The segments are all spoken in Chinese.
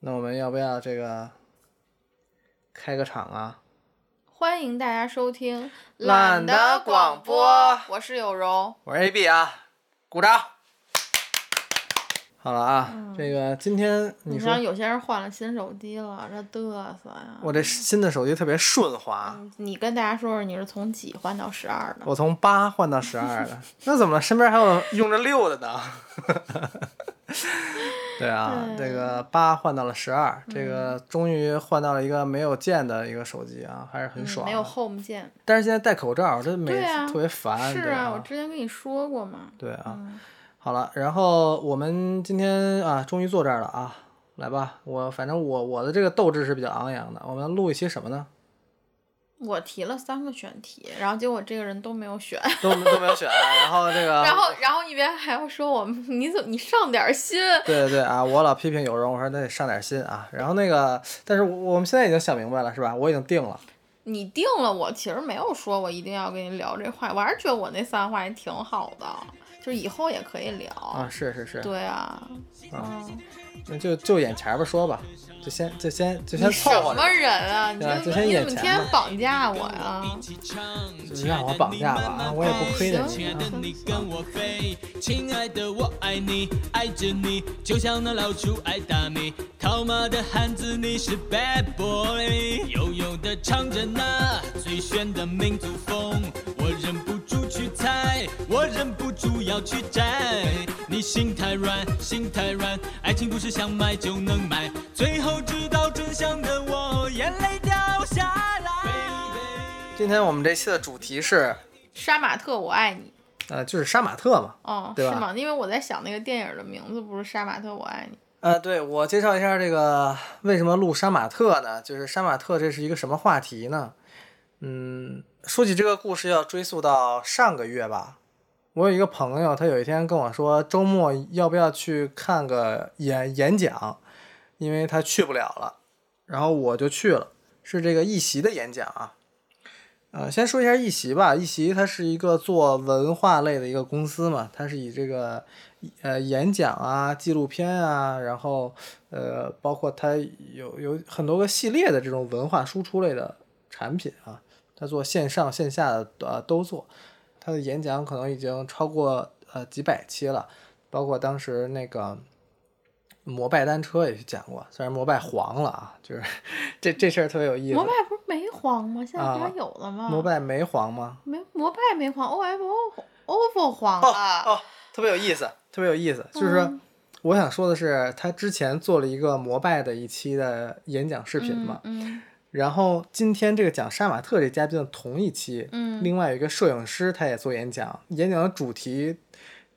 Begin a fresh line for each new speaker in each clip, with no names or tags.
那我们要不要这个开个场啊？
欢迎大家收听
懒
得
得广播
我是有容。
我是 AB 啊，鼓掌。好了啊，这个今天你
嗯你
说
像有些人换了新手机了，这嘚瑟呀！
我这新的手机特别顺滑，
你跟大家说说你是从几换到十二的？
我从八换到十二了，那怎么了？身边还有用着六的呢？ 对啊，这个八换到了十二，这个
嗯
终于换到了一个没有键的一个手机啊，还是很爽的。
嗯没有 Home 键。
但是现在戴口罩，真没、
对啊
特别烦。
是
对
啊，
啊，
我之前跟你说过嘛。
对啊。
嗯
好了，然后我们今天啊，终于坐这儿了啊，来吧，我反正我我的这个斗志是比较昂扬的。我们要录一期什么呢？
我提了三个选题，然后结果这个人都没有选，
都都没有选，然后这个，
然后然后一边还要说我们你怎么你上点心？
对对对啊，我老批评有容，我说那得上点心啊。然后那个，但是我我们现在已经想明白了，是吧？我已经定了。
你定了我，其实没有说我一定要跟你聊这话，我还是觉得我那三话也挺好的，就是以后也可以聊。
啊，是是是，
哦对啊，
啊
嗯，
那就就眼前儿吧说吧，就先就先就先
你
凑
什
合着
么，人啊？你
对啊
就
就先
你
眼
怎么
前
天
嘛
天绑架我呀？
就是让我绑架吧啊，我也不亏待你啊。
你跟我飞，亲爱的我爱你，爱着你，就像那老鼠爱大米。套马的汉子你是 bad boy，悠悠的唱着那最炫的民族风，我忍不住去猜，我忍不住要去摘。你心太软，心太软，爱情不是想买就能买，最后知道真相的我眼泪掉下来。
今天我们这期的主题是，
杀马特，我爱你。
呃，就是杀马特嘛。
哦，
对
是
吧
吗？因为我在想那个电影的名字不是《杀马特我爱你》。
呃，对我介绍一下这个为什么录杀马特呢？就是杀马特这是一个什么话题呢？嗯，说起这个故事要追溯到上个月吧。我有一个朋友，他有一天跟我说，周末要不要去看个演演讲，因为他去不了了。然后我就去了，是这个一席的演讲啊。呃，先说一下一席吧。一席它是一个做文化类的一个公司嘛，它是以这个呃演讲啊、纪录片啊，然后呃，包括它有有很多个系列的这种文化输出类的产品啊，它做线上线下的呃都做。它的演讲可能已经超过呃几百期了，包括当时那个摩拜单车也去讲过，虽然摩拜黄了啊，就是 这这事儿特别有意思。
摩拜不是没黄吗？现在不
啊
还有了吗？
摩拜没黄吗？
没摩拜没黄，OFO OFO 黄啊
哦
了。
哦，特别有意思，特别有意思。就是说
嗯，
我想说的是，他之前做了一个摩拜的一期的演讲视频嘛，
嗯
然后今天这个讲杀马特这嘉宾的同一期，
嗯
另外有一个摄影师他也做演讲，演讲的主题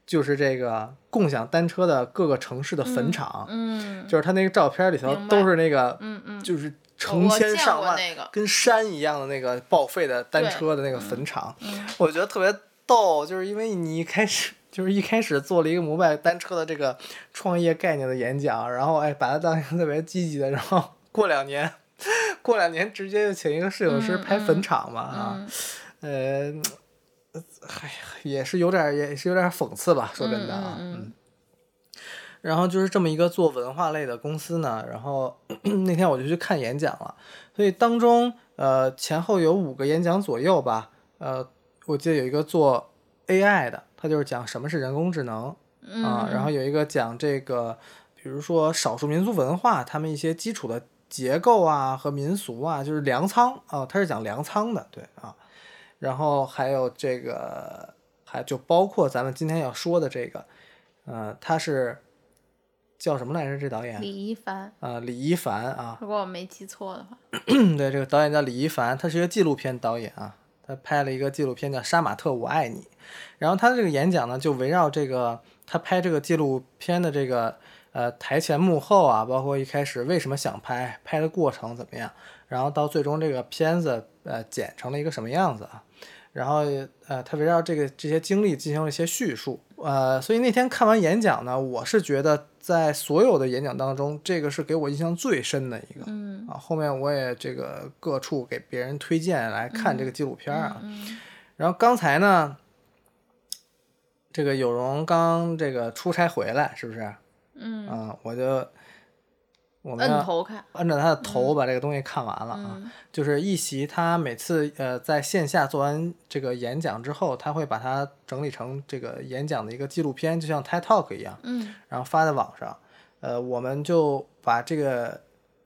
就是这个共享单车的各个城市的坟场，
嗯
就是他那个照片里头
明白
都是那个，
嗯嗯，
就是成
我
千
见
上
过
万
那个
跟山一样的那个报废的单
对
车的那个坟场，
嗯
我觉得特别逗，就是因为你一开始就是一开始做了一个摩拜单车的这个创业概念的演讲，然后哎把它当一个特别积极的，然后 过两年，过两年直接就请一个摄影师
嗯
拍坟场嘛、啊，
嗯
呃，哎呀也是有点儿也是有点儿讽刺吧，说真的啊，
嗯嗯嗯
然后就是这么一个做文化类的公司呢，然后 那天我就去看演讲了，所以当中呃前后有五个演讲左右吧，呃，我记得有一个做 AI 的，他就是讲什么是人工智能
嗯
啊、然后有一个讲这个，比如说少数民族文化他们一些基础的结构啊和民俗啊，就是粮仓啊、他是讲粮仓的，对啊，然后还有这个还就包括咱们今天要说的这个，呃，他是叫什么来着？这导演
李一凡，
啊、呃李一凡啊，
如果我没记错的话，
对，这个导演叫李一凡，他是一个纪录片导演啊，他拍了一个纪录片叫《杀马特我爱你》，然后他这个演讲呢，就围绕这个他拍这个纪录片的这个呃台前幕后啊，包括一开始为什么想拍，拍的过程怎么样，然后到最终这个片子呃剪成了一个什么样子啊，然后呃他围绕这个这些经历进行了一些叙述，呃，所以那天看完演讲呢，我是觉得在所有的演讲当中，这个是给我印象最深的一个。
嗯
啊，后面我也这个各处给别人推荐来看这个纪录片儿啊。
嗯
然后刚才呢，这个有容刚这个出差回来，是不是？
嗯
啊，我就我们
摁
要
头看，
按照他的头把这个东西看完了啊。
嗯
就是一席，他每次呃在线下做完这个演讲之后，他会把它整理成这个演讲的一个纪录片，就像 TED Talk 一样，
嗯
然后发在网上。呃，我们就把这个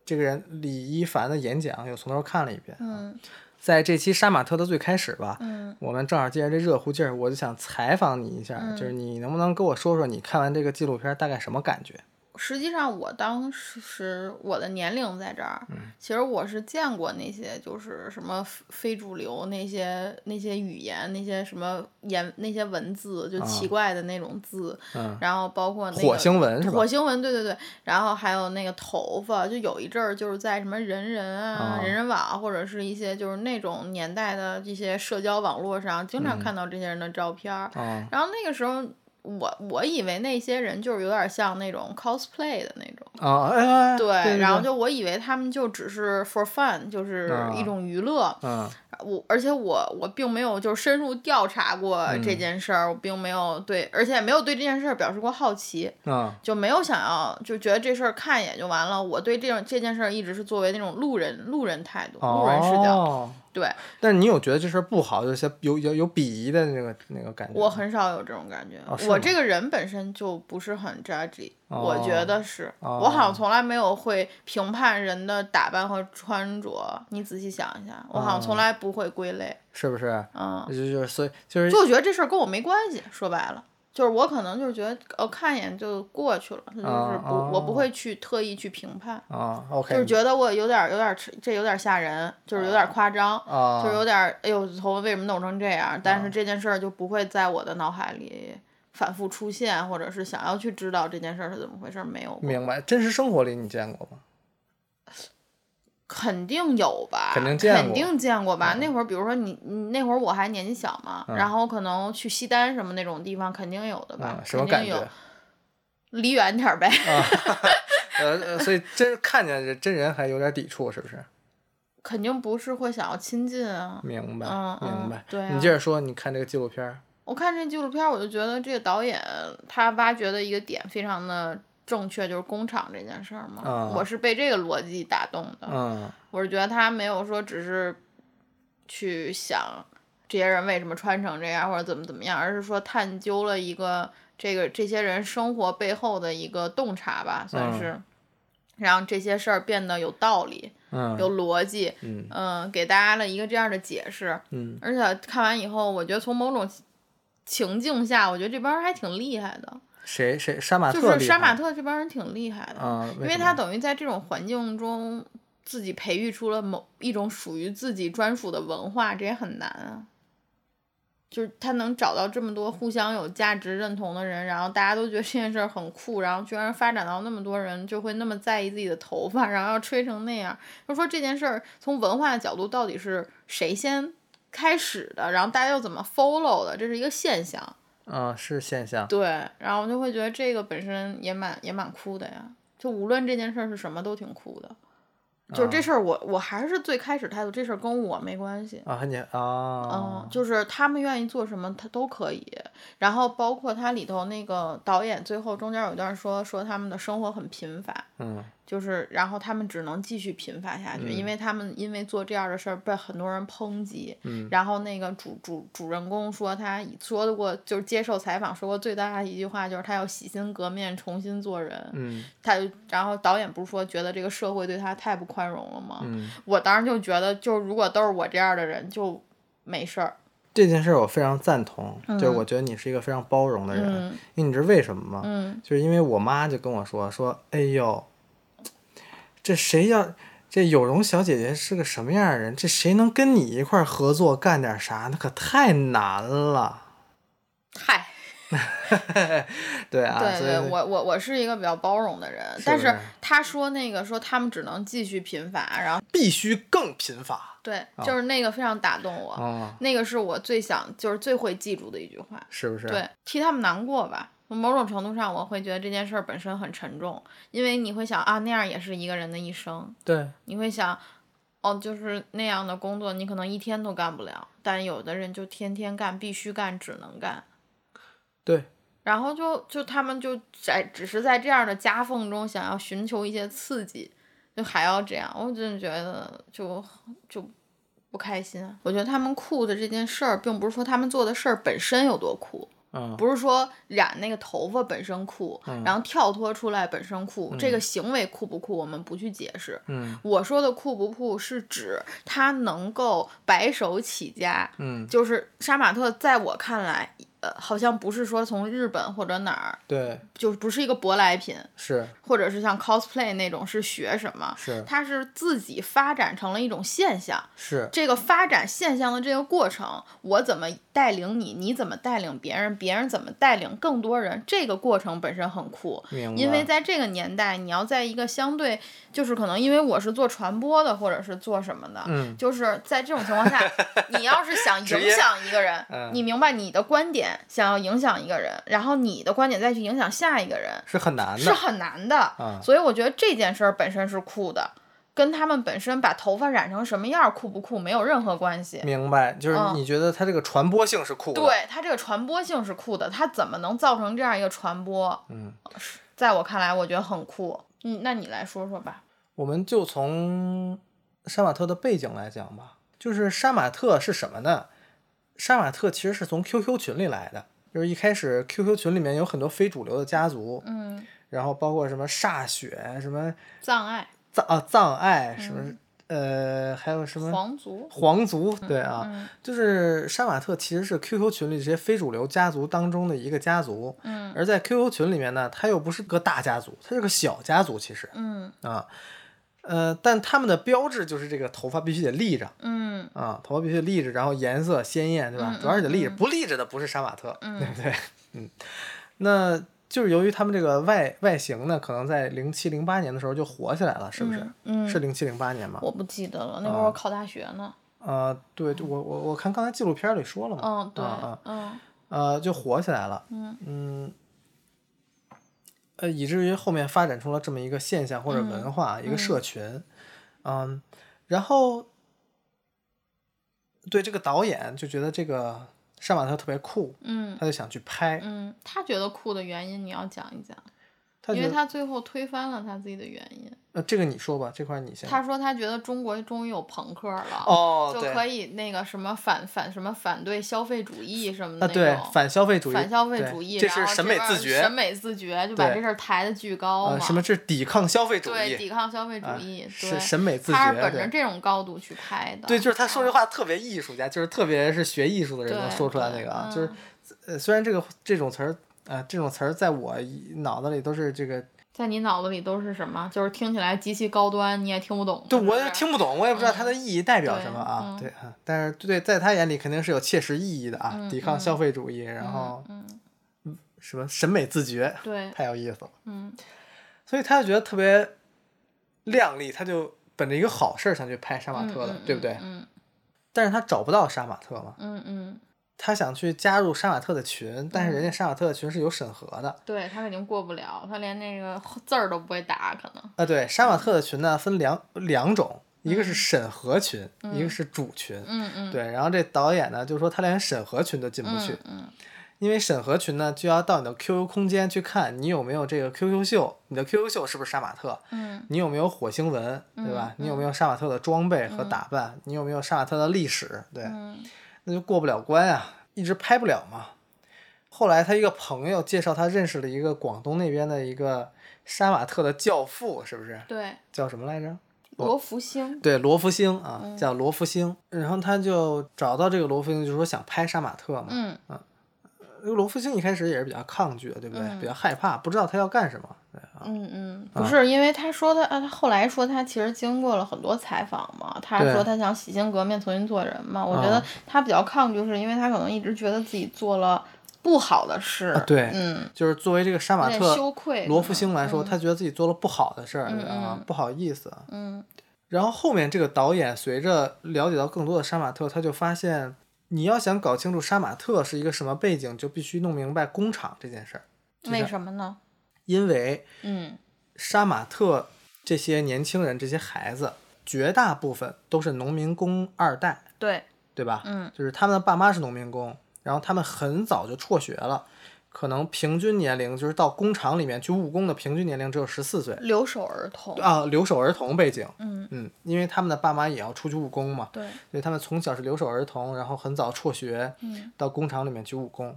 这个人李一凡的演讲又从头看了一遍。
嗯
在这期杀马特的最开始吧，
嗯
我们正好借着这热乎劲儿，我就想采访你一下，
嗯
就是你能不能跟我说说你看完这个纪录片大概什么感觉？
实际上我当时我的年龄在这
嗯
儿，其实我是见过那些就是什么非非主流那些那些语言那些什么言那些文字就奇
啊
怪的那种字，
嗯，
然后包啊括那个
火星文是吧
火？星文，对对对，然后还有那个头发，就有一阵儿就是在什么人人啊、
啊
人人网或者是一些就是那种年代的这些社交网络上，经常看到这些人的照片儿。
嗯
然后那个时候，我我以为那些人就是有点像那种 cosplay 的那种。
啊，哎哎，哎
对，
对，
然后
对
就我以为他们就只是 for fun，就是一
啊
种娱乐。
嗯
我而且我我并没有就是深入调查过这
嗯
件事儿，我并没有对，而且也没有对这件事儿表示过好奇。
嗯
就没有想要，就觉得这事儿看一眼就完了。我对这种这件事儿一直是作为那种路人路人态度、路人视角。
哦
对
但是你有觉得这事儿不好，有些有有有鄙夷的那个那个感觉吗？
我很少有这种感觉，
哦是
我
吗
这个人本身就不是很 judgy，、我
哦
觉得是、我好像从来没有会评判人的打扮和穿着。你仔细想一下，我好像从
哦
来不会归类，
是不是？
嗯，
就就是所以就是
就我觉得这事儿跟我没关系。说白了。就是我可能就是觉得哦看一眼就过去了，就是不、
哦
我不会去特意去评判。
啊
就
，OK，
是觉得我有点儿有点儿吃这有点儿吓人，就是有点儿夸张，
啊，
就是有点儿哎呦头发为什么弄成这样？
哦
但是这件事儿就不会在我的脑海里反复出现，或者是想要去知道这件事儿是怎么回事儿没有过？
明白。真实生活里你见过吗？
肯定有吧，
肯定见过嗯
肯定见过吧。那会儿比如说你你那会儿我还年纪小嘛，然后可能去西单什么那种地方肯定有的吧，
啊，什么
肯
感
定
觉？嗯
有
啊，
离远点儿呗。
呃，呃所以真看见这真人还有点抵触，是不是？
肯定不是会想要亲近啊，
明白，
嗯嗯
明白。
对啊
你接着说，你看这个纪录片儿，
我看这纪录片儿，我就觉得这个导演他挖掘的一个点非常的正确，就是工厂这件事儿嘛。
嗯
我是被这个逻辑打动的，
嗯
我是觉得他没有说只是去想这些人为什么穿成这样或者怎么怎么样，而是说探究了一个这个这些人生活背后的一个洞察吧，算
嗯
是。让这些事儿变得有道理、有
嗯
逻辑，
嗯
嗯，给大家了一个这样的解释。
嗯，
而且看完以后，我觉得从某种情境下，我觉得这帮人还挺厉害的，
谁谁杀马特
就是
厉
杀
害
马特这帮人挺厉害的，
啊，
因为
什
他
么
等于在这种环境中自己培育出了某一种属于自己专属的文化，这也很难啊。就是他能找到这么多互相有价值认同的人，然后大家都觉得这件事儿很酷，然后居然发展到那么多人就会那么在意自己的头发，然后要吹成那样。就说这件事儿从文化的角度到底是谁先开始的，然后大家又怎么 follow 的，这是一个现象。
啊是现象，
对，然后我就会觉得这个本身也蛮也蛮酷的呀，就无论这件事儿是什么都挺酷的。就是这
啊
事儿，我我还是最开始态度，这事儿跟我没关系。
啊你
嗯
啊，，
就是他们愿意做什么，他都可以。然后包括它里头那个导演，最后中间有一段说说他们的生活很贫乏，
嗯
就是然后他们只能继续贫乏下去，因为他们因为做这样的事儿被很多人抨击。
嗯
然后那个主主主人公说他说的过，就是接受采访说过最大的一句话就是他要洗心革面，重新做人。
嗯
他就然后导演不是说觉得这个社会对他太不宽容了吗？
嗯。
我当时就觉得，就是如果都是我这样的人，就没事儿。
这件事儿我非常赞同，就是
嗯
我觉得你是一个非常包容的人，
嗯
因为你知道为什么吗？
嗯
就是因为我妈就跟我说说，哎呦，这谁要这有容小姐姐是个什么样的人？这谁能跟你一块儿合作干点啥？那可太难了。
嗨，
对啊，
对
所
对，
以
我我我是一个比较包容的人，
是
但
不
是
是
他说那个说他们只能继续贫乏，然后
必须更贫乏。
对，就是那个非常打动我，
嗯，
那个是我最想就是最会记住的一句话。
是不是？
对，替他们难过吧。某种程度上，我会觉得这件事儿本身很沉重，因为你会想啊，那样也是一个人的一生。
对
你会想，哦，就是那样的工作，你可能一天都干不了，但有的人就天天干，必须干，只能干。
对
然后就就他们就在只是在这样的夹缝中想要寻求一些刺激，就还要这样，我真的觉得就就不开心啊。我觉得他们酷的这件事儿，并不是说他们做的事儿本身有多酷，
嗯，
不是说染那个头发本身酷，
嗯
然后跳脱出来本身酷，这个行为酷不酷，我们不去解释。
嗯
我说的酷不酷，是指他能够白手起家，
嗯，
就是杀马特，在我看来，呃，好像不是说从日本或者哪儿，
对，
就不是一个舶来品，
是
或者是像 cosplay 那种是学什么，
是
它是自己发展成了一种现象。
是，
这个发展现象的这个过程，我怎么带领你，你怎么带领别人，别人怎么带领更多人，这个过程本身很酷。
明白。
因为在这个年代，你要在一个相对就是可能因为我是做传播的，或者是做什么的，
嗯
就是在这种情 况下，你要是想
职
影
业
响一个人，
嗯
你明白你的观点想要影响一个人，然后你的观点再去影响下一个人，
是很难
是
的，
很难的。
嗯
所以我觉得这件事儿本身是酷的，跟他们本身把头发染成什么样儿酷不酷没有任何关系。
明白。就是
嗯
你觉得它这个传播性是酷的，，
对它这个传播性是酷的，它怎么能造成这样一个传播？
嗯，
在我看来，我觉得很酷。嗯，那你来说说吧。
我们就从杀马特的背景来讲吧，就是杀马特是什么呢？杀马特其实是从 QQ 群里来的，就是一开始 QQ 群里面有很多非主流的家族，
嗯，
然后包括什么歃血、什么
障碍、
藏啊藏爱、什么、呃，还有什么
嗯皇族，
皇族，对啊，
嗯
就是杀马特其实是 QQ 群里这些非主流家族当中的一个家族，
嗯
而在 QQ 群里面呢，它又不是个大家族，它是个小家族，其实
嗯
啊，呃，但他们的标志就是这个头发必须得立着
嗯
啊，头发必须得立着，然后颜色鲜艳，对吧？
嗯
主要是得立着，
嗯嗯
不立着的不是杀马特，对
嗯
不对？嗯，那就是由于他们这个外外形呢，可能在零七零八年的时候就火起来了，是不是？
嗯，
是啊零七零八年吗？
我不记得了，那会儿我考大学呢。
呃，对，就我我我看刚才纪录片里说了嘛，
嗯，对
啊啊，
嗯
呃，就火起来了。
嗯
呃，以至于后面发展出了这么一个现象
嗯
或者文化，一个社群，嗯然后对这个导演就觉得这个杀马特特别酷，
嗯
他就想去拍，
嗯，他觉得酷的原因你要讲一讲，
他
因
觉
为
得
他最后推翻了他自己的原因。
呃这个你说吧，这块你先
他说他觉得中国终于有朋克了，
哦，
就
对
可以那个什么反反什么反对消费主义什么的
啊
那
对
种。
反消费主义，
反消费
对
主义，
这
然
是
后
审美
帮
自
人
觉
审美自觉就把
对
这事儿抬得巨高嘛。
呃什么是抵抗消费主
对，
义，啊
抵抗消费主义，
是
对，
审美自
他
觉，
是本着
对。
这种高度去拍的。
对，就是他说这
嗯
话特别艺术家，就是特别是学艺术的人能
对
说出来
对
那个啊，
嗯
就是呃，虽然这个这种词儿啊、这种词儿在我一脑子里都是这个，
在你脑子里都是什么？就是听起来极其高端，你也听不懂。
对
是不
我
是
也听不懂，我也不知道它的意义代表
对
什么啊。
嗯
对啊，但是对，在他眼里肯定是有切实意义的啊，
嗯
抵抗
嗯
消费主义，然后
嗯，嗯
什么审美自觉，
对，
太有意思了。
嗯
所以他就觉得特别靓丽，他就本着一个好事儿想去拍杀马
嗯
特的，
嗯
对不对？
嗯
但是他找不到杀马特嘛，
嗯嗯，
他想去加入杀马特的群，但是人家杀马特的群是有审核的。
对他肯定过不了，他连那个字儿都不会打，可能。
啊，对，杀马特的群呢分两两种，一个是审核群，一个
嗯
是主群。
嗯嗯，
对，然后这导演呢就说他连审核群都进不
嗯，
去，
嗯
因为审核群呢就要到你的 QQ 空间去看你有没有这个 QQ 秀，你的 QQ 秀是不是杀马特，
嗯
你有没有火星文，对吧？你有没有杀马特的装备和打扮，你有没有杀马特的历史？对，
嗯
那就过不了关啊，一直拍不了嘛。后来他一个朋友介绍他认识了一个广东那边的一个杀马特的教父，是不是
对，
叫什么来着？
罗福星，
对，罗福星啊，
嗯
叫罗福星。然后他就找到这个罗福星，就说想拍杀马特嘛。
嗯
这个罗福星一开始也是比较抗拒的，对不对？
嗯
比较害怕，不知道他要干什么。对啊，
嗯嗯，不是，因为他说他，啊他后来说他其实经过了很多采访嘛，他
对
说他想洗心革面重新做人嘛。我觉
啊
得他比较抗拒，是因为他可能一直觉得自己做了不好的事，
啊对
嗯，
就是作为这个杀
有
马
点
特
羞愧。
罗
可
福
能
星来说，
嗯
他觉得自己做了不好的事儿、
嗯
对啊
嗯，
不好意思。
嗯
然后后面这个导演随着了解到更多的杀马特，他就发现，你要想搞清楚杀马特是一个什么背景，就必须弄明白工厂这件事儿，就
为
是
什么呢？
因为
嗯
杀马特这些年轻人、这些孩子，绝大部分都是农民工二代，
对，
对吧？
嗯
就是他们的爸妈是农民工，然后他们很早就辍学了，可能平均年龄就是到工厂里面去务工的平均年龄只有十四岁
留守儿童，
啊，留守儿童背景，
嗯，
嗯，因为他们的爸妈也要出去务工嘛，
对，
所以他们从小是留守儿童，然后很早辍学，
嗯
到工厂里面去务工，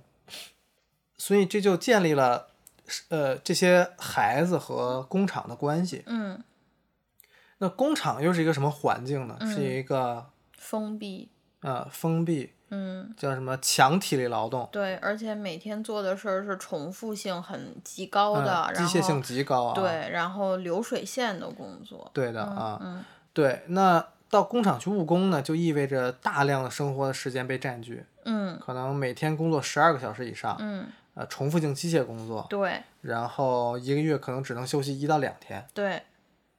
所以这就建立了呃这些孩子和工厂的关系。
嗯，
那工厂又是一个什么环境呢？是
嗯
一个
封闭，
呃封闭，
嗯，
叫什么强体力劳动，
对，而且每天做的事儿是重复性很极高的，
嗯，
然
机
后
械性极高啊。
对，然后流水线的工作，
对的
嗯
啊，
嗯
对。那到工厂去务工呢，就意味着大量的生活的时间被占据，
嗯
可能每天工作十二个小时以上，
嗯，
呃，重复性机械工作，
对
然后一个月可能只能休息一到两天，
对，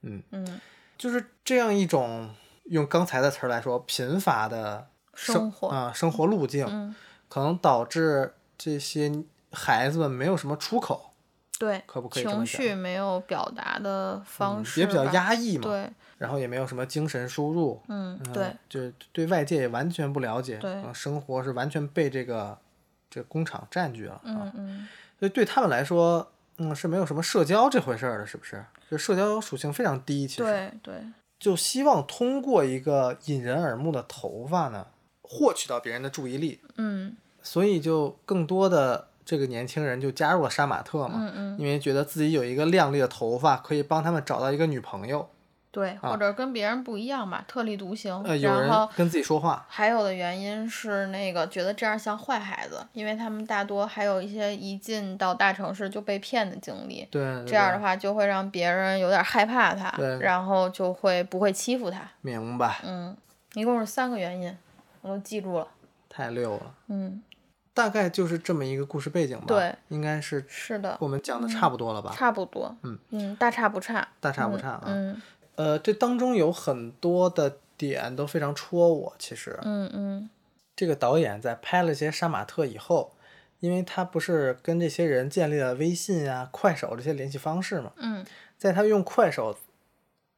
嗯
嗯，
就是这样一种用刚才的词儿来说，贫乏的
生活，
啊、生活路径，
嗯，
可能导致这些孩子们没有什么出口，
对，
可不可以这么讲
情绪没有表达的方
嗯，
式、
也比较，压抑嘛，
对，
然后也没有什么精神输入，
嗯
嗯，
对，，
就是对外界也完全不了解，
对
可能生活是完全被这个这工厂占据了，
嗯
啊，
嗯，
所以对他们来说，嗯，是没有什么社交这回事儿的，是不是？就社交属性非常低，其实，
对对，
就希望通过一个引人耳目的头发呢，获取到别人的注意力，
嗯
所以就更多的这个年轻人就加入了杀马特嘛，
嗯嗯，
因为觉得自己有一个亮丽的头发，可以帮他们找到一个女朋友，
对，
啊
或者跟别人不一样吧，特立独行，
呃，有
嗯然
人
后。
跟自己说话，
还有的原因是那个觉得这样像坏孩子，因为他们大多还有一些一进到大城市就被骗的经历，
对，对
这样的
对
话就会让别人有点害怕他
对，
然后就会不会欺负他。
明白，
嗯，一共是三个原因，我都记住了。
太溜了，
嗯，
大概就是这么一个故事背景吧，
对，
应该是
是的，嗯
我们讲的差不多了吧，
差不多。
嗯
大差不差。
大差不差啊，
嗯
呃，这当中有很多的点都非常戳我，其实，
嗯嗯
这个导演在拍了些杀马特以后，因为他不是跟这些人建立了微信啊、快手这些联系方式嘛，
嗯
在他用快手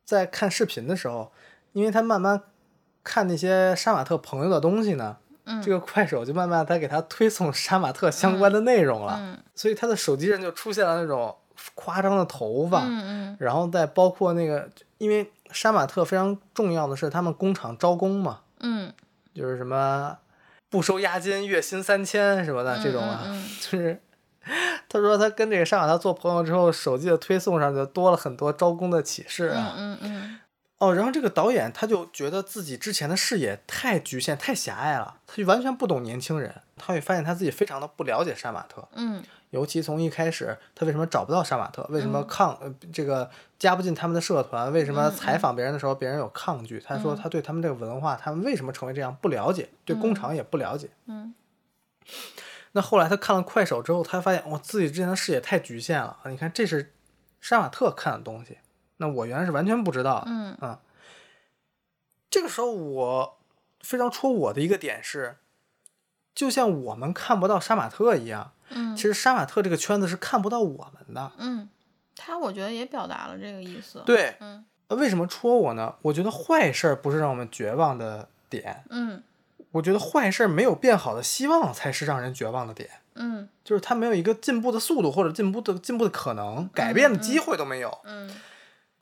在看视频的时候，因为他慢慢看那些杀马特朋友的东西呢，
嗯
这个快手就慢慢在给他推送杀马特相关的内容了，
嗯
所以他的手机上就出现了那种夸张的头发，
嗯嗯
然后再包括那个，因为杀马特非常重要的是他们工厂招工嘛，
嗯
就是什么不收押金、月薪三千什么的这种啊，
嗯嗯嗯
就是他说他跟这个上海他做朋友之后，手机的推送上就多了很多招工的启示啊。
嗯嗯嗯，
哦，然后这个导演他就觉得自己之前的视野太局限、太狭隘了，他就完全不懂年轻人，他会发现他自己非常的不了解杀马特，
嗯
尤其从一开始他为什么找不到杀马特，为什么抗、呃这个加不进他们的社团，为什
嗯
么采访别人的时候别人有抗拒，他说他对他们这个文化，他们为什么成为这样不了解，对工厂也不了解。
嗯
那后来他看了快手之后，他发现我自己之前的视野太局限了。你看，这是杀马特看的东西，那我原来是完全不知道的。
嗯
这个时候，我非常戳我的一个点是，就像我们看不到杀马特一样，
嗯
其实杀马特这个圈子是看不到我们的。
嗯，他我觉得也表达了这个意思。，
对，
嗯
为什么戳我呢？我觉得坏事儿不是让我们绝望的点，
嗯
我觉得坏事儿没有变好的希望才是让人绝望的点，
嗯
就是它没有一个进步的速度或者进步的进步的可能，改变的机会都没有。
嗯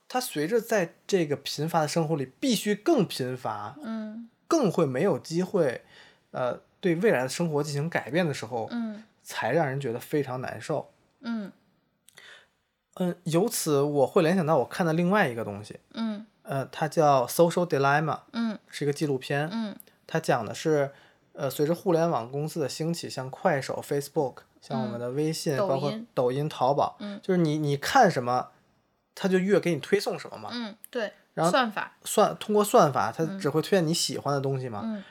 它随着在这个贫乏的生活里必须更贫乏，
嗯
更会没有机会，呃，对未来的生活进行改变的时候，
嗯
才让人觉得非常难受。
嗯
嗯，由此我会联想到我看的另外一个东西，
嗯
呃，它叫《Social Dilemma》，
嗯
是一个纪录片。
嗯
它讲的是，呃，随着互联网公司的兴起，像快手、Facebook，像我们的微信，
嗯抖
包括
音
抖音、淘宝，
嗯
就是你你看什么，它就越给你推送什么嘛。
嗯，对，
啊然后
算法，
算通过算法，它只会推荐你喜欢的东西嘛。
嗯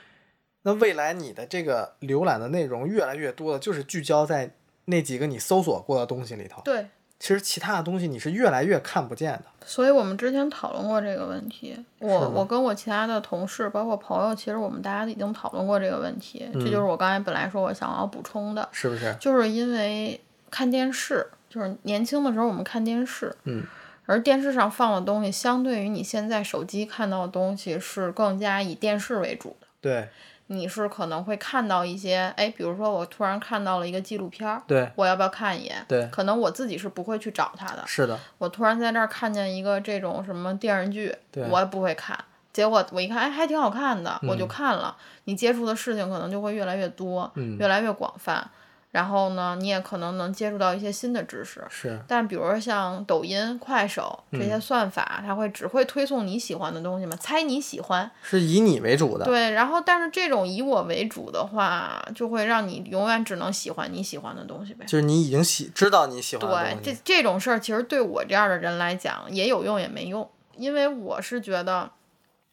那未来你的这个浏览的内容越来越多的，就是聚焦在那几个你搜索过的东西里头。
对，
其实其他的东西你是越来越看不见的。
所以我们之前讨论过这个问题，
吗
我我跟我其他的同事，包括朋友，其实我们大家已经讨论过这个问题。这
嗯
就是我刚才本来说我想要补充的，
是不是？
就是因为看电视，就是年轻的时候我们看电视，
嗯，
而电视上放的东西，相对于你现在手机看到的东西，是更加以电视为主的。
对，
你是可能会看到一些，哎，比如说我突然看到了一个纪录片儿，
对，
我要不要看一眼？
对
可能我自己是不会去找他的。
是的，
我突然在这儿看见一个这种什么电视剧
对，
我也不会看。结果我一看，哎，还挺好看的，我就
嗯
看了。你接触的事情可能就会越来越多，
嗯
越来越广泛。然后呢，你也可能能接触到一些新的知识。
是，
但比如说像抖音、快手这
嗯
些算法，它会只会推送你喜欢的东西嘛，猜你喜欢。
是以你为主的，
对，然后但是这种以我为主的话，就会让你永远只能喜欢你喜欢的东西呗。
就是你已经喜知道你喜欢的
对
东，
这
西，
这种事儿其实对我这样的人来讲也有用也没用，因为我是觉得，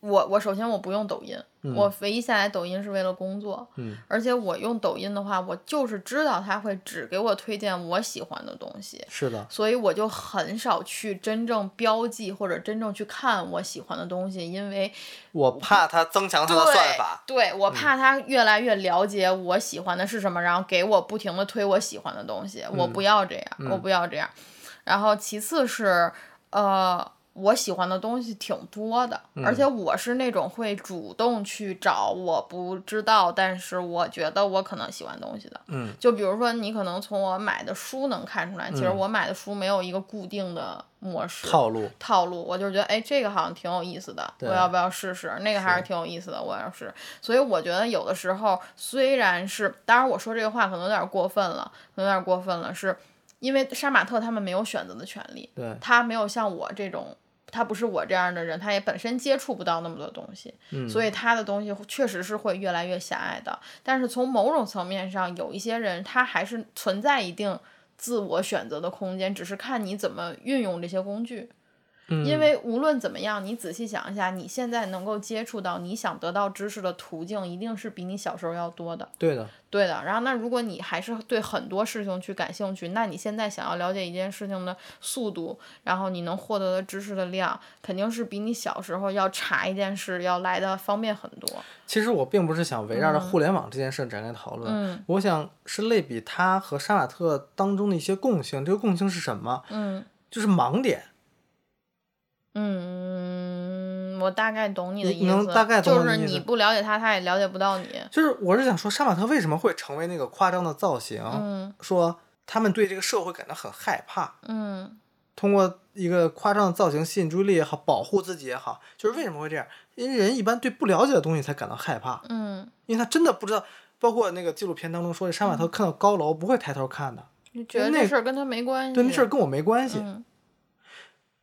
我我首先我不用抖音，我唯一下载抖音是为了工作，
嗯，
而且我用抖音的话，我就是知道它会只给我推荐我喜欢的东西，
是的，
所以我就很少去真正标记或者真正去看我喜欢的东西，因为
我怕它增强它的
对
算法，嗯
对我怕他越来越了解我喜欢的是什么，然后给我不停的推我喜欢的东西，我不
嗯
要这样，我不要这样。然后其次是，呃，我喜欢的东西挺多的，而
嗯
且我是那种会主动去找我不知道，但是我觉得我可能喜欢的东西的。
嗯，
就比如说，你可能从我买的书能看出来，其实我买的书没有一个固定的模式
套路，
套路，我就是觉得哎，这个好像挺有意思的，我
对
要不要试试？那个还是挺有意思的，我要试。所以我觉得有的时候虽然是，当然我说这个话可能有点过分了，可能有点过分了，是因为杀马特他们没有选择的权利，
对，
他没有像我这种。他不是我这样的人，他也本身接触不到那么多东西，
嗯，
所以他的东西确实是会越来越狭隘的。但是从某种层面上，有一些人他还是存在一定自我选择的空间，只是看你怎么运用这些工具。
嗯
因为无论怎么样，你仔细想一下，你现在能够接触到你想得到知识的途径，一定是比你小时候要多的。
对的，
对的，然后那如果你还是对很多事情去感兴趣，那你现在想要了解一件事情的速度，然后你能获得的知识的量，肯定是比你小时候要查一件事要来的方便很多。
其实我并不是想围绕着互联网这件事展开讨论，
嗯
我想是类比它和杀马特当中的一些共性。这个共性是什么？
嗯
就是盲点。
嗯，我大概懂你的
你
意
能
思，
大概懂
就
我的
是
意
你
思
不了解他，他也了解不到你。
就是我是想说，杀马特为什么会成为那个夸张的造型？
嗯
说他们对这个社会感到很害怕，
嗯
通过一个夸张的造型吸引注意力也好，保护自己也好，就是为什么会这样？因为人一般对不了解的东西才感到害怕，
嗯，
因为他真的不知道。包括那个纪录片当中说，杀马特看到高楼不会抬头看的，
你觉得
那
这事儿跟他没关系？
对，那事儿跟我没关系。
嗯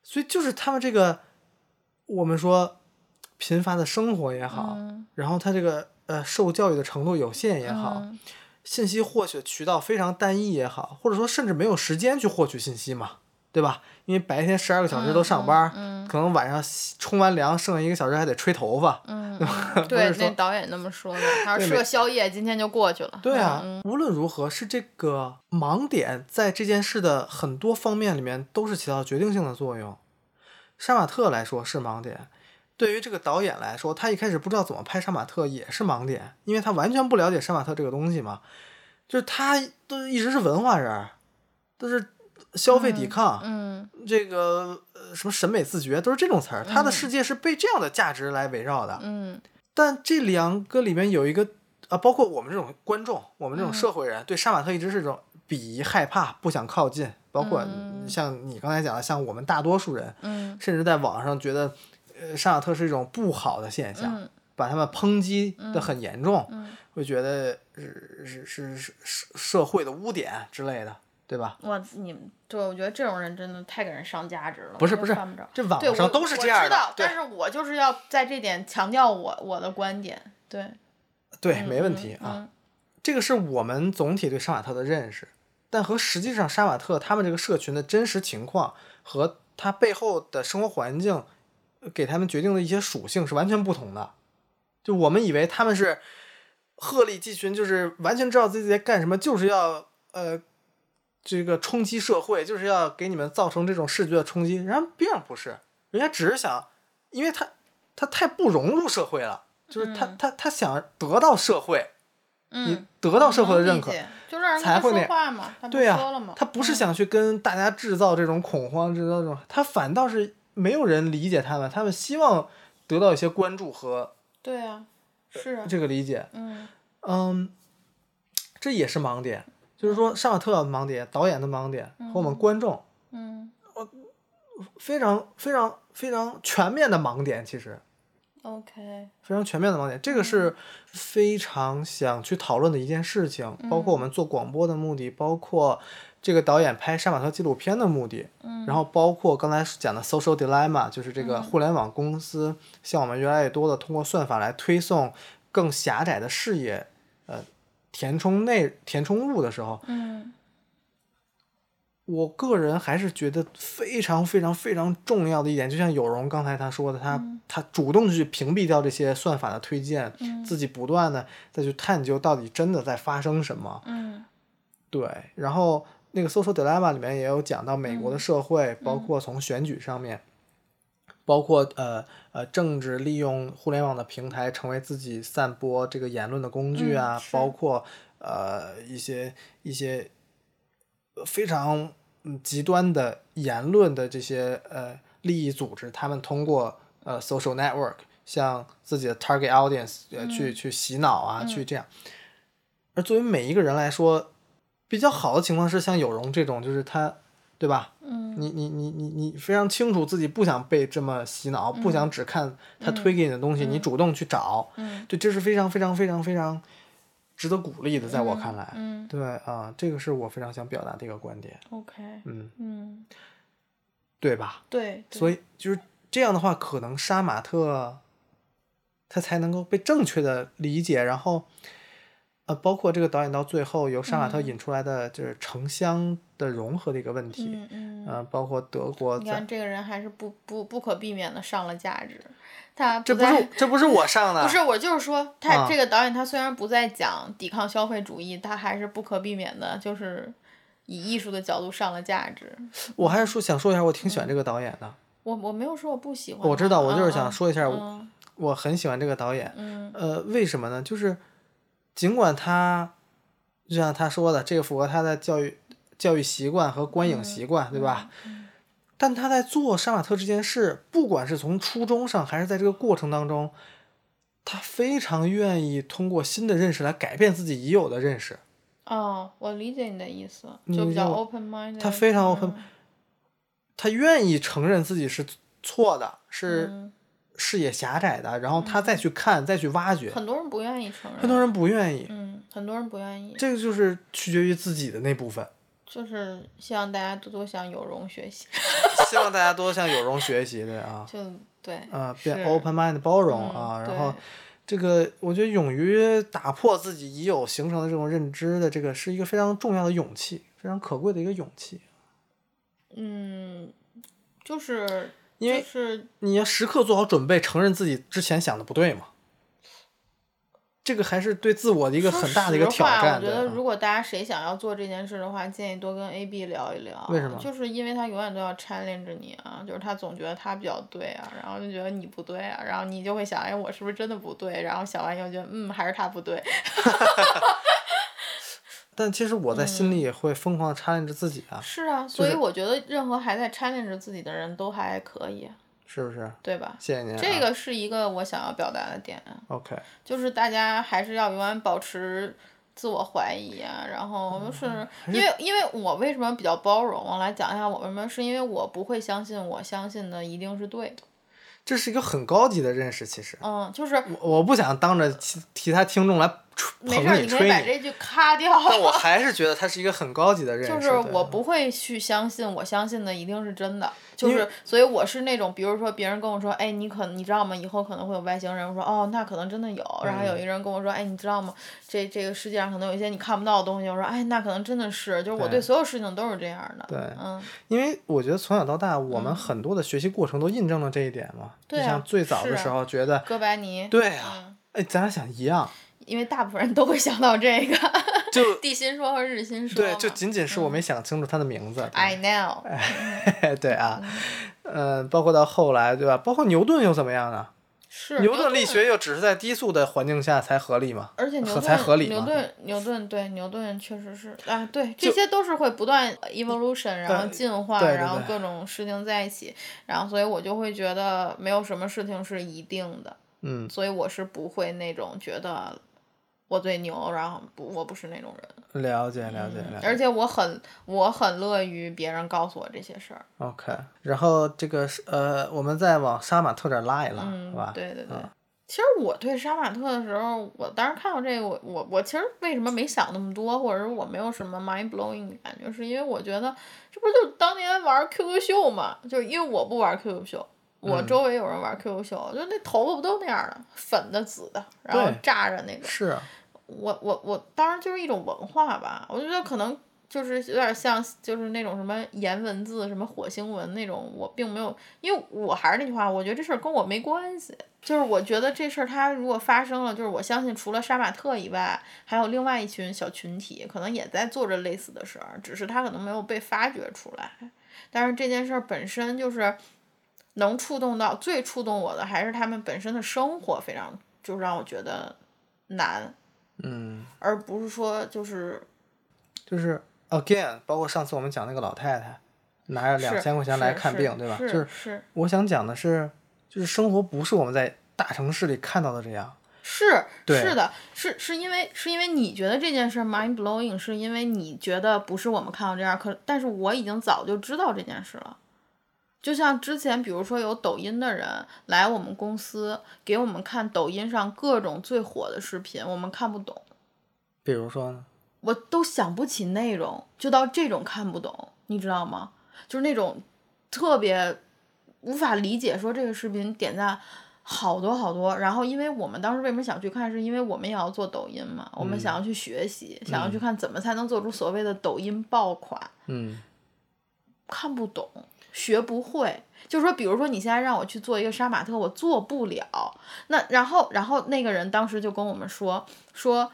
所以就是他们这个，我们说贫乏的生活也好，
嗯
然后他这个呃受教育的程度有限也好，
嗯
信息获取渠道非常单一也好，或者说甚至没有时间去获取信息嘛，对吧？因为白天十二个小时都上班，
嗯嗯嗯
可能晚上洗冲完凉剩下一个小时还得吹头发。
嗯，嗯对
是，说
那导演那么说的，他说
对
吃
没
个宵夜，今天就过去了。
对啊，
嗯
无论如何是这个盲点在这件事的很多方面里面都是起到决定性的作用。杀马特来说是盲点，对于这个导演来说，他一开始不知道怎么拍杀马特也是盲点，因为他完全不了解杀马特这个东西嘛，就是他都一直是文化人儿，都是消费抵抗，
嗯
这个呃什么审美自觉都是这种词儿，他的世界是被这样的价值来围绕的。
嗯
但这两个里面有一个啊，包括我们这种观众，我们这
嗯
种社会人，对杀马特一直是一种鄙夷、害怕、不想靠近。包括
嗯
像你刚才讲的，像我们大多数人，
嗯
甚至在网上觉得，呃，杀马特是一种不好的现象，
嗯
把他们抨击的很严重，
嗯，
会觉得是是是是是社会的污点之类的，对吧？
我嗯你们对我觉得这种人真的太给人上价值了，
不是
我就
不是
犯不着。
这网
对，我
上都是这样
我知
的
道，，
对
但是我就是要在这点强调我我的观点。对，
对，
嗯
没问题啊。。
嗯
这个是我们总体对杀马特的认识，但和实际上杀马特他们这个社群的真实情况和他背后的生活环境呃给他们决定的一些属性是完全不同的。就我们以为他们是鹤立鸡群，就是完全知道自己在干什么，就是要呃这个冲击社会，就是要给你们造成这种视觉的冲击。然而并不是，人家只是想，因为他他太不融入社会了，就是他、
嗯
他他想得到社会。
嗯，
你得到社会的认可
我。能理解，就让人
才
跟
会
他
那
说
样
话嘛，他不
对呀、啊
说了吗？嗯
他不是想去跟大家制造这种恐慌，制造这种，他反倒是没有人理解他们，他们希望得到一些关注和
对啊，是啊，
这个理解。
嗯
嗯，这也是盲点，就是说杀马特的盲点、导演的盲点和我们观众
嗯
非常非常非常全面的盲点，其实
，OK，
非常全面的盲点，这个是非常想去讨论的一件事情，包括我们做广播的目的，包括这个导演拍杀马特纪录片的目的，
嗯，
然后包括刚才讲的 social dilemma，就是这个互联网公司向我们越来越多的通过算法来推送更狭窄的视野，呃，填充内填充物的时候，
嗯
我个人还是觉得非常非常非常重要的一点，就像有容刚才他说的，他、
嗯
他主动地去屏蔽掉这些算法的推荐，
嗯
自己不断的再去探究到底真的在发生什么。
嗯
对，然后那个《Social Dilemma》里面也有讲到美国的
嗯
社会，包括从选举上面，包括呃呃政治利用互联网的平台成为自己散播这个言论的工具
嗯
啊，
是
包括呃一些一些呃非常嗯极端的言论的这些呃利益组织，他们通过呃 social network 向自己的 target audience 呃、
嗯
去去洗脑啊，去这样。而作为每一个人来说，比较好的情况是像有容这种，就是他，对吧？
嗯
你你你你你非常清楚自己不想被这么洗脑，不想只看他推给你的东西，你主动去找，
嗯
对，这是非常非常非常非常值得鼓励的，在我看来，
嗯
对啊、这个是我非常想表达的一个观点，
，OK，
嗯，
嗯，
对吧？
对，对
所以就是这样的话，可能杀马特他才能够被正确的理解，然后呃，包括这个导演到最后由杀马
嗯
特引出来的就是城乡的融合的一个问题，
嗯嗯。
呃，包括德国
你看
在，
这个人还是不不不可避免的上了价值，他
这不
在
是这不是我上的，
不是，我就是说，他
啊
这个导演他虽然不再讲抵抗消费主义，他还是不可避免的，就是以艺术的角度上了价值。
我还是说想说一下，我挺喜欢这个导演的，
我我没有说我不喜欢他，
我知道，我就是
嗯
想，说一下，我
嗯
我很喜欢这个导演，
嗯
呃，为什么呢？就是尽管他就像他说的，这个符合他的教育教育习惯和观影习惯，对吧？
嗯
但他在做杀马特这件事，不管是从初衷上，还是在这个过程当中，他非常愿意通过新的认识来改变自己已有的认识。
哦，我理解你的意思，
你
就比较
就
open minded。嗯
他非常 open，他愿意承认自己是错的，是
嗯，
视野狭窄的，然后他再去看，再去挖掘。
很多人不愿意承认，
很多人不愿意，
嗯，很多人不愿意，
这个就是取决于自己的那部分。
就是希望大家多多向有容学习，
希望大家多向有容学习，对啊，
就对，
呃，变
是
open mind 包容
嗯
啊，
对
然后这个我觉得勇于打破自己已有形成的这种认知的这个是一个非常重要的勇气，非常可贵的一个勇气。
嗯，就是
因为
就是
你要时刻做好准备，承认自己之前想的不对嘛。这个还是对自我的一个
说
很大的一个
实
挑
话
战。
我觉
对
得
啊
如果大家谁想要做这件事的话，建议多跟 A B 聊一聊。
为什么
就是因为他永远都要 challenge 你啊，就是他总觉得他比较对啊，然后就觉得你不对啊，然后你就会想，哎，我是不是真的不对？然后想完以后觉得，嗯，还是他不 对。
但其实我在心
嗯
里也会疯狂的 challenge 自己啊，
是啊，所
就
以
是
我觉得任何还在 challenge 自己的人都还可以，
是不是？
对吧？
谢谢您啊。
这个是一个我想要表达的点啊。
OK，
就是大家还是要永远保持自我怀疑啊，然后
嗯
就是因为因为我为什么比较包容，我来讲一下我为什么，是因为我不会相信我相信的一定是对的，
这是一个很高级的认识，其实。
嗯，就是
我我不想当着其其他听众来吹
没
捧
事儿，
你
你可
吹
以把
你，
这句咔掉，
但我还是觉得它是一个很高级的认识。
就是
对
我不会去相信我相信的一定是真的，就
因为
是所以我是那种，比如说别人跟我说，哎，你可你知道吗？以后可能会有外星人，我说哦，那可能真的有。然后有
嗯
一个人跟我说，哎，你知道吗？这这个世界上可能有一些你看不到的东西，我说哎，那可能真的是，就是我
对
对所有事情都是这样的。
对
嗯，
因为我觉得从小到大，我们很多的学习过程都印证了这一点嘛。
对啊嗯
就像最早的时候觉得，
哥白尼，
对啊，哎，咱俩想一样，
因为大部分人都会想到这个
就
地心说和日心说嘛。
对，就哎仅仅
嗯
是我没想清楚他的名字。
I know，
对 啊，嗯，包括到后来，对吧？包括牛顿又怎么样呢？
是
牛顿力学又只是在低速的环境下才合理嘛，
而且牛
合
顿
才合理
牛
嘛。
顿牛顿对牛顿确实是啊，对，
就
这些都是会不断呃 evolution，然后进化，
对对
然后
对
各种事情在一起，然后所以我就会觉得没有什么事情是一定的，
嗯，
所以我是不会那种觉得我最牛，然后不，我不是那种人。
了解了解了解。
而且我很我很乐于别人告诉我这些事儿。
OK，然后这个是呃，我们再往杀马特这儿拉一拉，
嗯
好吧？，
对对对。
嗯
其实我对杀马特的时候，我当时看到这个，我我我其实为什么没想那么多，或者是我没有什么 mind blowing 的感觉，是因为我觉得这不是就当年玩 QQ 秀嘛？就是因为我不玩 QQ 秀，
嗯
我周围有人玩 QQ 秀，就那头发不都那样的，粉的、紫的，然后
对
炸着那种。
是啊，
我我我当然就是一种文化吧，我觉得可能就是有点像就是那种什么颜文字、什么火星文那种，我并没有，因为我还是那句话，我觉得这事儿跟我没关系。就是我觉得这事儿它如果发生了，就是我相信除了杀马特以外，还有另外一群小群体可能也在做着类似的事儿，只是他可能没有被发掘出来。但是这件事儿本身就是能触动到最触动我的，还是他们本身的生活非常，就让我觉得难。
嗯，
而不是说就是
就是 again，包括上次我们讲那个老太太，拿着两
是
千块钱来
是
看
是
病，对吧？就是
是
我想讲的是，就是生活不是我们在大城市里看到的这样。
是
对
是的，是是因为是因为你觉得这件事 mind blowing，是因为你觉得不是我们看到这样，可但是我已经早就知道这件事了。就像之前，比如说有抖音的人来我们公司给我们看抖音上各种最火的视频，我们看不懂，
比如说呢，
我都想不起内容，就到这种看不懂，你知道吗？就是那种特别无法理解，说这个视频点赞好多好多。然后，因为我们当时为什么想去看，是因为我们也要做抖音嘛，我们想要去学习，想要去看怎么才能做出所谓的抖音爆款，
嗯，
看不懂，学不会。就是说，比如说你现在让我去做一个杀马特，我做不了。那然后，然后那个人当时就跟我们说说，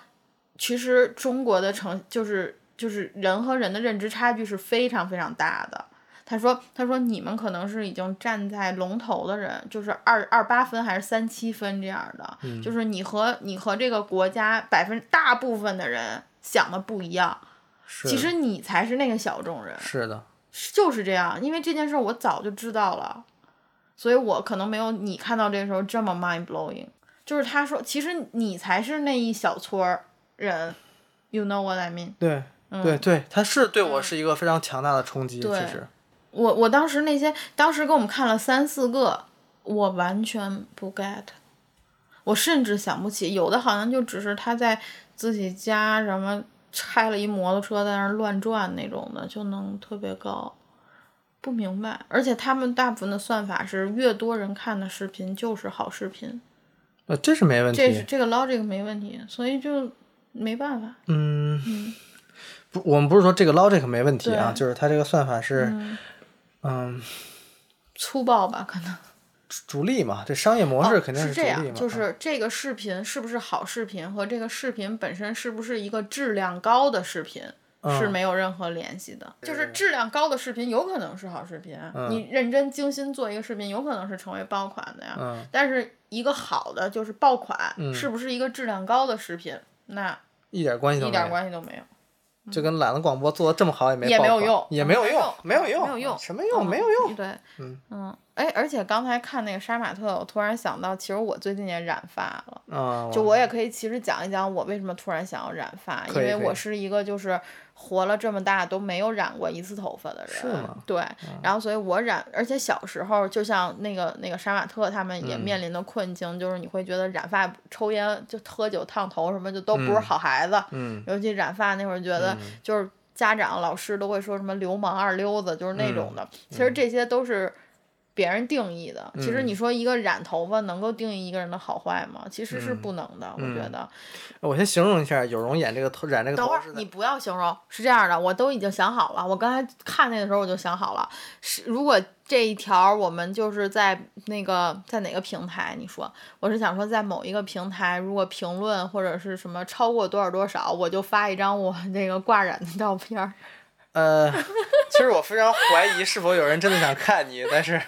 其实中国的城就是就是人和人的认知差距是非常非常大的。他说：“他说你们可能是已经站在龙头的人，就是二二八分还是三七分这样的，就是你和你和这个国家百分大部分的人想的不一样，
是
其实你才是那个小众人。
是的，
是就是这样，因为这件事我早就知道了，所以我可能没有你看到这个时候这么 mind blowing。就是他说，其实你才是那一小撮儿人，you know what I mean？嗯
对、对对，它是对我是一个非常强大的冲击。
对
其实，
我我当时那些，当时给我们看了三四个，我完全不 get，我甚至想不起，有的好像就只是他在自己家什么拆了一摩托车在那儿乱转那种的，就能特别高。不明白，而且他们大部分的算法是越多人看的视频就是好视频，
呃，这是没问
这是
题。
这个 logic 没问题，所以就没办法。
嗯，不，我们不是说这个 logic 没问题啊，
对
就是它这个算法是，嗯
粗暴吧，可能。
逐利嘛，这商业模式
哦
肯定
是
逐
这
利嘛。
样，就
嗯
是这个视频是不是好视频和这个视频本身是不是一个质量高的视频。是
嗯
没有任何联系的，就
对
是
对
质量高的视频有可能是好视频，
嗯
你认真精心做一个视频，有可能是成为爆款的呀。
嗯
但是一个好的就是爆款，
嗯
是不是一个质量高的视频，那
一点关系都没
一点
有，
关系都没有。
就跟懒得广播做的这么好也没
也
爆
没有
款
用嗯
也没有
没
用
有，
没有用，
没有用
什么用没有用。
对，
嗯
嗯，哎，而且刚才看那个杀马特，我突然想到，其实我最近也染发了。
啊，
嗯 就我也可以其实讲一讲我为什么突然想要染发，因
可以
为
可以
我是一个就是活了这么大都没有染过一次头发的人，
是吗嗯
对，然后所以我染，而且小时候就像那个那个杀马特他们也
嗯
面临的困境，就是你会觉得染发、抽烟、就喝酒、烫头什么就都不是
嗯
好孩子，
嗯
尤其染发那会儿，觉得就是家长、老师都会说什么“流氓二溜子”，就是那种的。其实这些都是别人定义的。其实你说一个染头发能够定义一个人的好坏吗？其实是不能的，我觉得。
我先形容一下，有容演这个头染这个
等
头
会儿
是在
你不要形容，是这样的，我都已经想好了。我刚才看那个时候我就想好了，是如果这一条我们就是在那个在哪个平台？你说，我是想说在某一个平台，如果评论或者是什么超过多少多少，我就发一张我 那个挂染的照片儿。
呃，其实我非常怀疑是否有人真的想看你， 但是，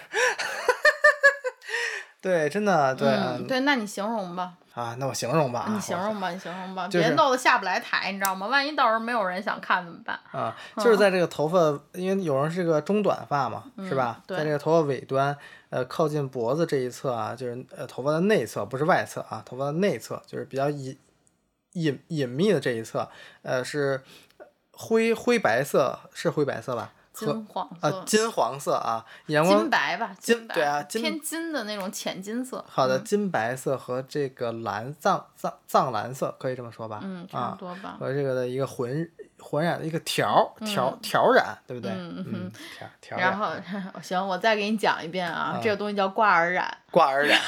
对，真的对，
嗯
嗯
嗯，对，那你形容吧。
啊，那我形容吧啊，
你形
我
容吧，你形容吧，
就是
别弄得下不来台，你知道吗？万一到时候没有人想看怎么办？
啊，就是
嗯
在这个头发，因为有人是个中短发嘛，是吧？
对
在这个头发尾端，呃，靠近脖子这一侧啊，就是呃头发的内侧，不是外侧啊，头发的内侧就是比较隐隐隐秘的这一侧，呃，是灰灰白色，是灰白色吧？和
金黄
啊、
色、
金黄色啊，阳光
金白吧，
金
白
对啊金
偏金的那种浅金色。
好的，金白色和这个蓝藏藏藏蓝色，可以这么说吧？
嗯，差
啊
不，多吧。
和这个的一个混混染的一个条条条染，对不对？
嗯
嗯，条条染。
然后 行，我再给你讲一遍啊，
嗯
这个东西叫挂耳染，
挂耳染。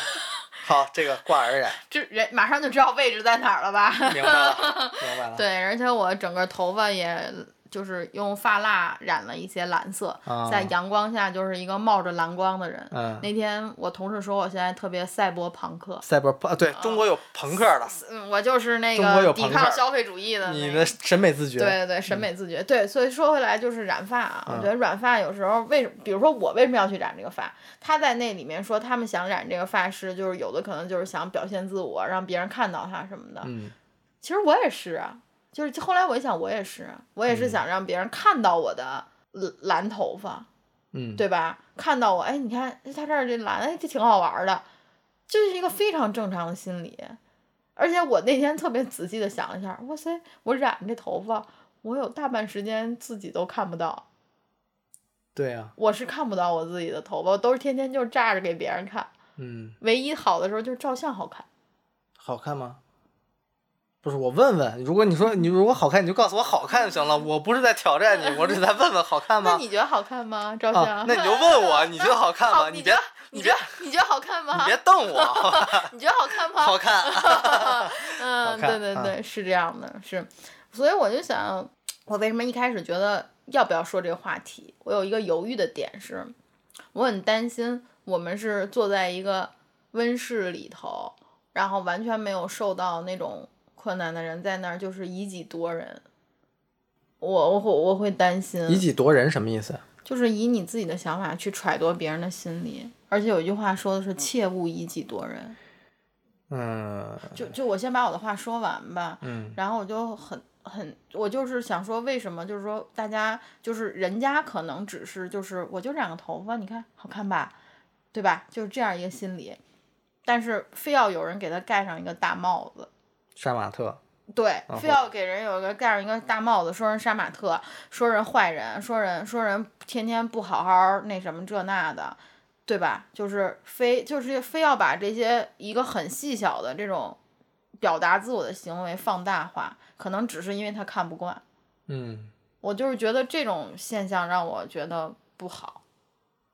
好，这个挂耳 染，
这人马上就知道位置在哪儿了吧？
明白了，明白了。
对，而且我整个头发也就是用发蜡染了一些蓝色，
啊
在阳光下就是一个冒着蓝光的人。
嗯
那天我同事说我现在特别赛博朋克，
赛博朋，啊对中国有朋克了，
嗯，我嗯就是那
中国有
个抵
朋克
抗消费主义的
你
那
的
个。
审美自
对
觉，
对对，审美自觉、对，所以说回来就是染发啊，
嗯
我觉得染发有时候为什么，比如说我为什么要去染这个发？他在那里面说他们想染这个发师，就是有的可能就是想表现自我，让别人看到他什么的。
嗯
其实我也是啊，就是后来我一想，我也是啊，我
嗯
也是想让别人看到我的蓝蓝头发，
嗯，
对吧？看到我，哎，你看哎他这儿这蓝，哎，这挺好玩儿的，这是
嗯
一个非常正常的心理。而且我那天特别仔细的想了一下，哇塞，我染这头发，我有大半时间自己都看不到，
对啊，
我是看不到我自己的头发，我都是天天就炸着给别人看。
嗯，
唯一好的时候就是照相好看，
好看吗？不是，我问问，如果你说你如果好看，你就告诉我好看就行 了，我不是在挑战你，我只是在问问好看
那
吗？
你觉得好看吗？照相？
啊，那你就问 我，你觉得好看
好，
吗？你
觉
别
得
你
你
别
觉得你觉得好看吗？
你别瞪我，好吧
你觉得好看吗？
好 看，好
嗯，
看
对对对，是这样的，是，所以我就想，我为什么一开始觉得要不要说这个话题？我有一个犹豫的点是，我很担心我们是坐在一个温室里头，然后完全没有受到那种困难的人在那儿就是以己度人，我我会我会担心，
以己夺人什么意思？
就是以你自己的想法去揣度别人的心理，而且有一句话说的是切勿以己度人。
嗯
就就我先把我的话说完吧，
嗯
然后我就很很，我就是想说，为什么就是说大家就是人家可能只是就是我就染个头发，你看好看吧，对吧？就是这样一个心理，但是非要有人给他盖上一个大帽子，
杀马特，
对
啊，或
非要给人有一个盖上一个大帽子，说人杀马特，说人坏人，说人说人天天不好好那什么这那的，对吧？就是非就是非要把这些一个很细小的这种表达自我的行为放大化，可能只是因为他看不惯。
嗯
我就是觉得这种现象让我觉得不好，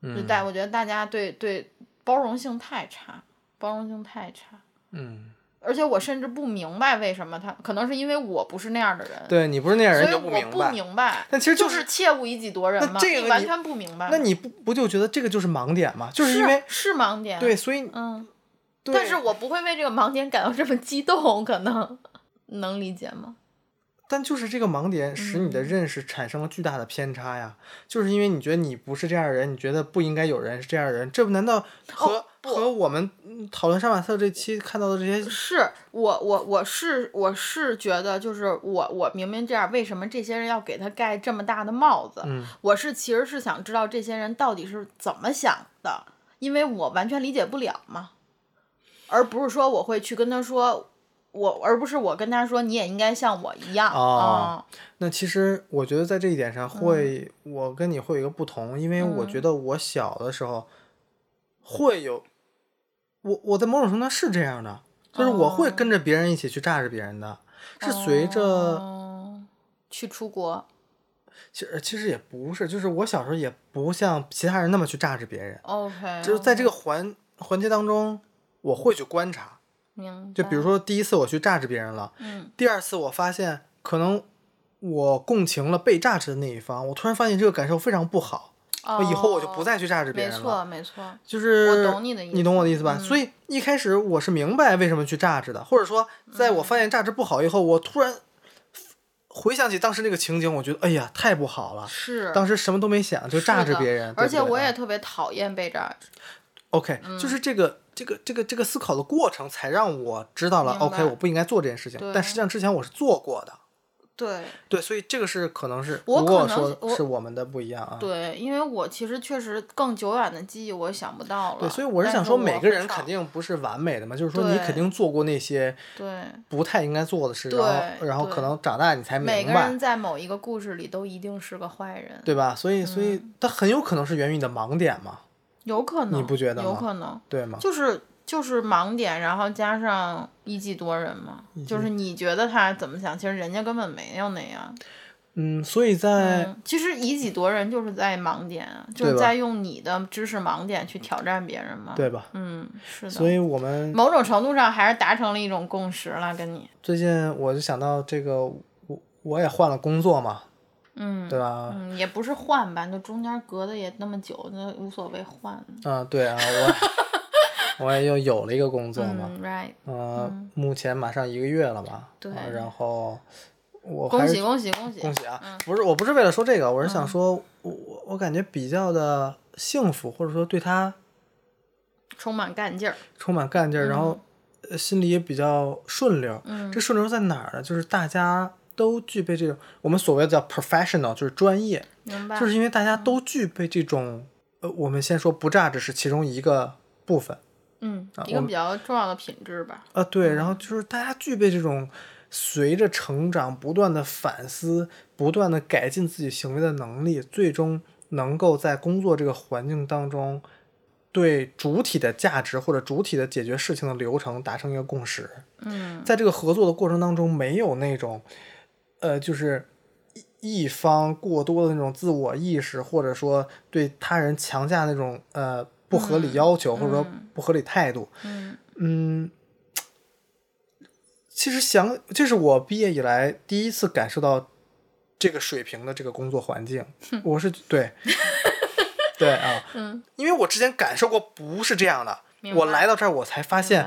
就
嗯
大我觉得大家对对包容性太差，包容性太差。
嗯，
而且我甚至不明白为什么他，可能是因为我不是那样的人，
对你不是那样人
所以
就
我
明
不
白。
明白，
但其实就
就是是切勿以己度人
那
嘛，
这个
你完
你
全不明白。
那你不不就觉得这个就是盲点吗？就是
是
因为
是盲点，
对，，所以
嗯，
对
但是我不会为这个盲点感到这么激动，可能能理解吗？
但就是这个盲
嗯
点使你的认识产生了巨大的偏差呀，就是因为你觉得你不是这样的人，你觉得不应该有人是这样的人，这不难道和、
哦不
和我们嗯讨论杀马特这期看到的这些
是我我我是我是觉得就是我我明明这样，为什么这些人要给他盖这么大的帽子？
嗯
我是其实是想知道这些人到底是怎么想的，因为我完全理解不了嘛，而不是说我会去跟他说。我而不是我跟他说你也应该像我一样
哦
啊、
那其实我觉得在这一点
嗯
上会，我跟你会有一个不同，因为我觉得我小的时候会有，我我在某种程度上是这样的，就是我会
哦
跟着别人一起去炸着别人的，是随着、
哦去出国，
其实其实也不是，就是我小时候也不像其他人那么去榨制别人，
哦 OK，
就是在这个环环节当中，我会去观察。
明白
就比如，说第一次我去榨制别人了，
嗯
第二次我发现可能我共情了被榨制的那一方，我突然发现这个感受非常不好，我以后我就不再去榨制别
哦没
人
错
了。啊
没错，
就是
我懂你的意
你
思嗯
懂我的意思吧？所以一开始我是明白为什么去榨制的，或者说在我
嗯
发现榨制不好以后，我突然回想起当时那个情景，我觉得哎呀太不好了，
是
当时什么都没想就是榨
的
着别人，对
而
不
且
对
我嗯
啊
也特别讨厌被榨。
OK，、就是这个这个这个这个思考的过程，才让我知道了
明白
，OK，我不应该做这件事情
对。
但实际上之前我是做过的，
对
对，所以这个是可能是，
我
如果
可能
说
我
是我们的不一样啊。
对，因为我其实确实更久远的记忆我想不到了。
对，所以我是
但
想说，每
我
个
会
人
唱
肯定不是完美的嘛，就是说你
对
肯定做过那些
对
不太应该做的事，
对
然后然后
对
可能长大你才
每
明
个
白
人，在某一个故事里都一定是个坏人，
对吧？所以所以
嗯
它很有可能是源于你的盲点嘛，
有可能
你不觉得
有
吗
可能
对吗？
就是就是盲点，然后加上一计多人嘛，
嗯
就是你觉得他怎么想，其实人家根本没有那样。
嗯，所以在
嗯，其实以己度人就是在盲点啊，就
对
是
吧
在用你的知识盲点去挑战别人嘛。
对，吧？
嗯，是的。
所以我们
某种程度上还是达成了一种共识了，跟你，
最近我就想到这个，我我也换了工作嘛，
嗯
对吧？
嗯，也不是换吧，就中间隔的也那么久，那无所谓换。
啊，对啊，我我也 又有了一个工作嘛，
嗯，right，
呃，目前马上一个月了吧，
对
啊然后我
恭
还是
喜嗯恭喜恭喜！
恭喜啊！不是，我不是为了说这个，我是想说，我我我感觉比较的幸福，或者说对他
充满干劲儿，
充满干劲儿，然后呃心里也比较顺溜。
嗯
这顺溜在哪儿呢？就是大家都具备这种我们所谓的叫 professional，就是专业，
明白？嗯
就是因为大家都具备这种，呃，我们先说不炸只是其中一个部分，
嗯，一
啊我
个
们
比较重要的品质吧。
啊，对，然后就是大家具备这种随着成长不断的反思、不断的改进自己行为的能力，最终能够在工作这个环境当中，对主体的价值或者主体的解决事情的流程达成一个共识。
嗯，
在这个合作的过程当中，没有那种，呃，就是一一方过多的那种自我意识，或者说对他人强加那种呃不合理要求，或者说不合理态度。
嗯
嗯，其实想，这是我毕业以来第一次感受到这个水平的这个工作环境。我是 对，对啊，
嗯，
因为我之前感受过不是这样的
明，
我
白
来到这儿我才发
对
现，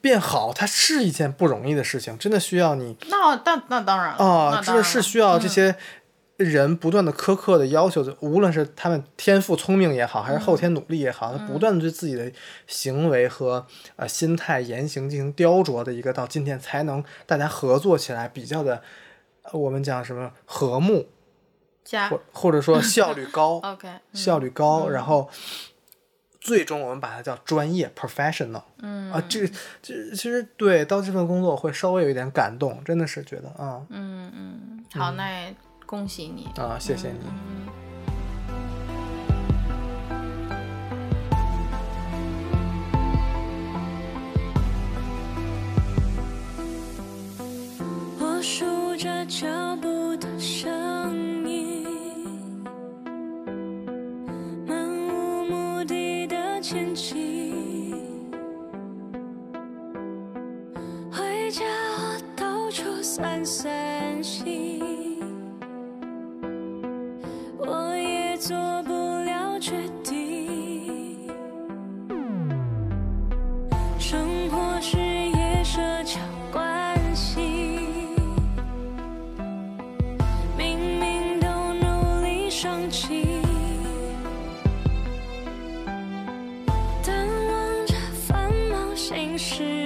变好它是一件不容易的事情，真的需要你
那那那当然了
啊，
那
真
当
的
然
是
了
需要这
嗯
些人不断的苛刻的要求，就无论是他们天赋聪明也好，还是
嗯
后天努力也好，他不断的对自己的行为和呃心态言行进行雕琢的一个，到今天才能大家合作起来比较的，呃我们讲什么和睦，
嗯加，
或或者说效率高
OK， 嗯
效率高，然后最终我们把它叫专业 professional。
嗯
啊，这个这其实对到这份工作我会稍微有一点感动，真的是觉得啊
嗯嗯，好，那也恭喜你。
啊，谢谢你。
我数着脚步的声音，漫无目的的前进。回家后到处散散心，我也做不了决定。生活、事业、社交关系，明明都努力上进，但望着繁忙心事哦